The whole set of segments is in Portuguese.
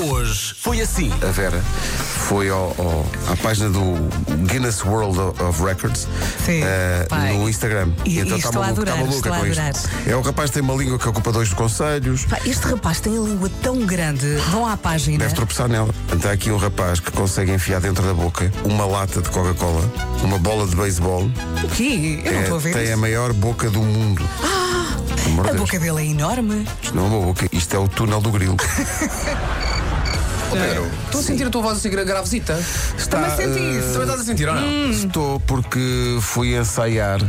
Hoje foi assim. A Vera foi ao- ao- à página do Guinness World of- of Records Sim, eh, pai. no Instagram. E- e tá estou a maluco- tá adorar, maluca estou a com isto. adorar. É o rapaz que tem uma língua que ocupa dois conselhos. Pá, este rapaz tem a língua tão grande. Vão à página. Deve tropeçar nela. Então há aqui um rapaz que consegue enfiar dentro da boca uma lata de Coca-Cola, uma bola de beisebol. O quê? Eu não É, estou a ver. tem a isto. maior boca do mundo. Pelo amor de A Deus. boca dele é enorme. Isto não é uma boca, isto é o túnel do grilo. Estou a sentir a tua voz assim gra- gravesita. Está, eh, Hum. Também estás a sentir ou não? Estou porque fui ensaiar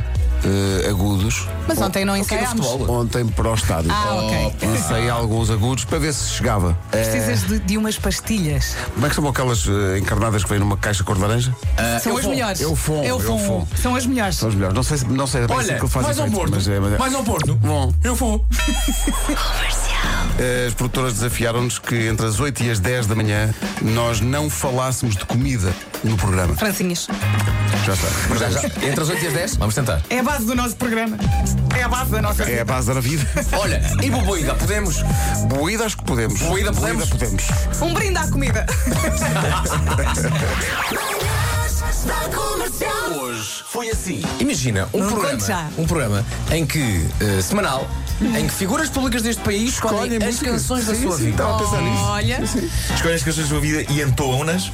eh, agudos é Mas ontem não ensaiámos. futebol? ontem para o estádio. Ah, ok. Ensaiei Oh, alguns agudos para ver se chegava. Eh, Precisas de, de umas pastilhas. como é que são aquelas eh, encarnadas que vêm numa caixa cor de laranja? São Ah, eu as vou. melhores. Eu fumo, eu fumo. São as melhores. São os melhores. Não sei, se- não sei é bem assim Olha, que ele faz mais ao efeito, Porto. mas é- mas é- Mais ao Porto. Bom. Eu vou. Eh, As produtoras desafiaram-nos que entre as 8 e as 10 da manhã nós não falássemos de comida no programa. Francinhas. Já está. Mas já- já- Entre as 8 e as 10? Vamos tentar. É a base do nosso programa. É a base da nossa. É a base da vida. Olha, e boboida, podemos? Boída acho que podemos. Boída podemos? Boída podemos. Um brinde à comida. Manhãs da Comercial. assim. Imagina, um Não conte já. programa, um programa em que, eh, semanal, em que figuras públicas deste país escolhem as músicas. canções da Sim, sua sim, vida. estava a pensar nisso. Olha, Escolhem as canções da sua vida e entoam-nas.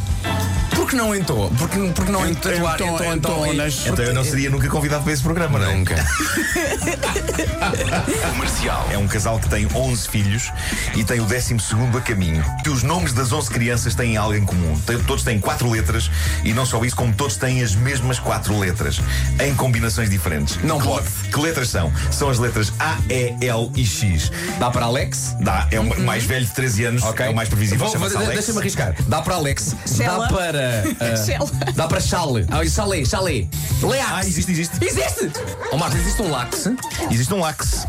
Porque Oh. não entoa? Porque, porque não Ent- entoa? entoa- entoa-nas. Então eu não seria nunca convidado para esse programa, não é? Nunca. É um casal que tem 11 filhos e tem o 12 a caminho. Que os nomes das 11 crianças têm algo em comum. Tem- Todos têm quatro letras e não só isso, como todos têm as mesmas quatro letras, em combinações diferentes. Não que, pode. Que letras são? São as letras A, E, L e X. Dá para Alex? Dá, é o ma- mais velho de 13 anos, Uhum. Ok. é o mais previsível. Vou- chama-se vou- Alex. Deixa-me arriscar. Dá para Alex. Shella. Dá para. ah, Shella. dá para Chale. Ah, isso, Chalé, Chalé. Leax. Ah, existe, existe. Existe! Ó, Marcos, existe um lax? Existe um lax.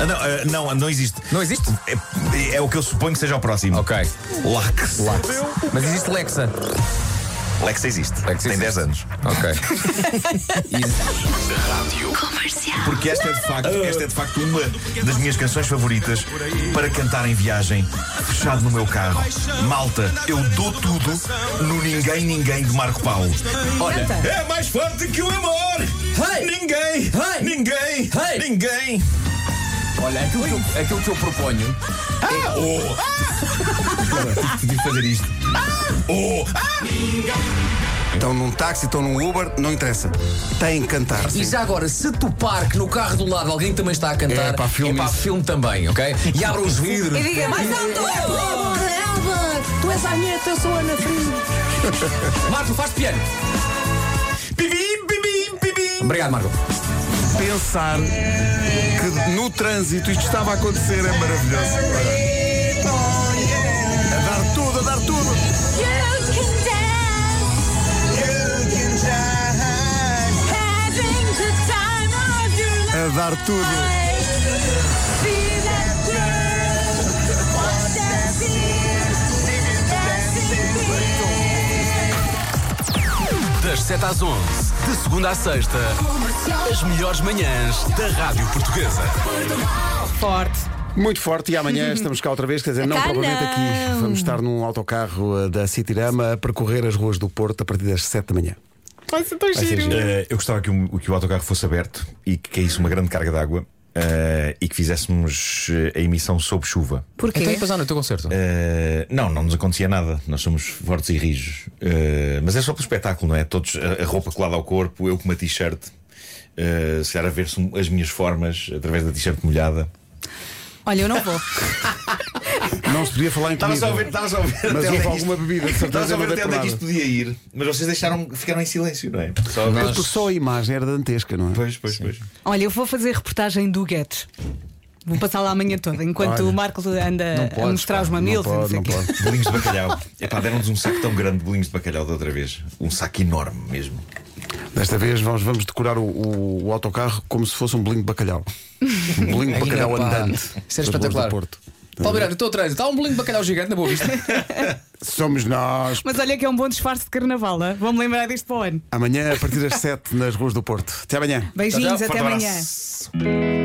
Ah, não, ah, não, não existe. Não existe? É, é o que eu suponho que seja o próximo. Ok. Lax. Lax. Mas existe Lexa. Lex existe. Lex Tem existe. 10 anos. Ok. Porque esta é, de facto, esta é de facto uma das minhas canções favoritas para cantar em viagem, fechado no meu carro. Malta, eu dou tudo no Ninguém Ninguém de Marco Paulo. Olha. É mais forte que o amor! Hey! Ninguém! Hey! Ninguém! Hey! Ninguém! Olha, aquilo que eu, aquilo que eu proponho. Oh! Tive de fazer isto. Oh! Estão Então, num táxi, estão num Uber, não interessa. Tem que cantar. E já agora, se topar que no carro do lado alguém também está a cantar, É pá, filme é pá, isso. filme também, ok? E abram os vidros. e diga mais alto. é Tu és a neta, eu sou a Ana Frio. Marco, faz piano. Bibim, bibim, bibim! Obrigado, Marco. Pensar que no trânsito isto estava a acontecer é maravilhoso. A dar tudo, a dar tudo. You can dance. Having the time of your life. A dar tudo. Be that girl. Watch that scene. Dancing Das 7 às 11, de segunda à sexta, as melhores manhãs da Rádio Portuguesa. Forte. Muito forte e amanhã estamos cá outra vez, quer dizer, não Cá provavelmente aqui. não. Vamos estar num autocarro eh, da Citirama a percorrer as ruas do Porto a partir das 7 da manhã. Vai ser tão giro. Eh, eu gostava que o, que o autocarro fosse aberto e que caísse uma grande carga de água eh, e que fizéssemos eh, a emissão sob chuva. Porquê? Então, e depois lá no teu concerto. Eh, não, não nos acontecia nada. Nós somos fortes e rijos. Eh, mas é só pelo espetáculo, não é? Todos a, a roupa colada ao corpo, eu com uma t-shirt. eh, se calhar a ver-se um- as minhas formas através da t-shirt molhada. Olha, eu não vou. Não se podia falar em Estava comida. só a ver, estava só a ver. Mas houve até onde é que isto- alguma bebida, de Estava só certeza a não ver dei até por onde é nada. que isto podia ir. Mas vocês deixaram, ficaram em silêncio, não é? Só a ver. Porque só a imagem era dantesca, não é? Pois, pois, pois. Olha, eu vou fazer reportagem do Guedes. Vou passar lá a manhã toda, enquanto Olha, o Marco anda a podes, É, mostrar pá, os mamilos não e não pode, sei o não quê. pode. Bolinhos de bacalhau. Epá, deram-nos um saco tão grande de bolinhos de bacalhau da outra vez. Um saco enorme mesmo. Desta vez nós vamos decorar o, o- o autocarro como se fosse um bolinho de bacalhau. Um bolinho de Ainda, bacalhau pá. andante. Isso das era ruas do espetacular. Porto. Palmeiras, o teu trânsito. Há um bolinho de bacalhau gigante na boa vista. Somos nós. Mas olha que é um bom disfarce de carnaval, hã? vou-me lembrar disto para o ano. Amanhã, a partir das 7 nas ruas do Porto. Até amanhã. Beijinhos, Tchau, tchau. até Forte amanhã. abraço.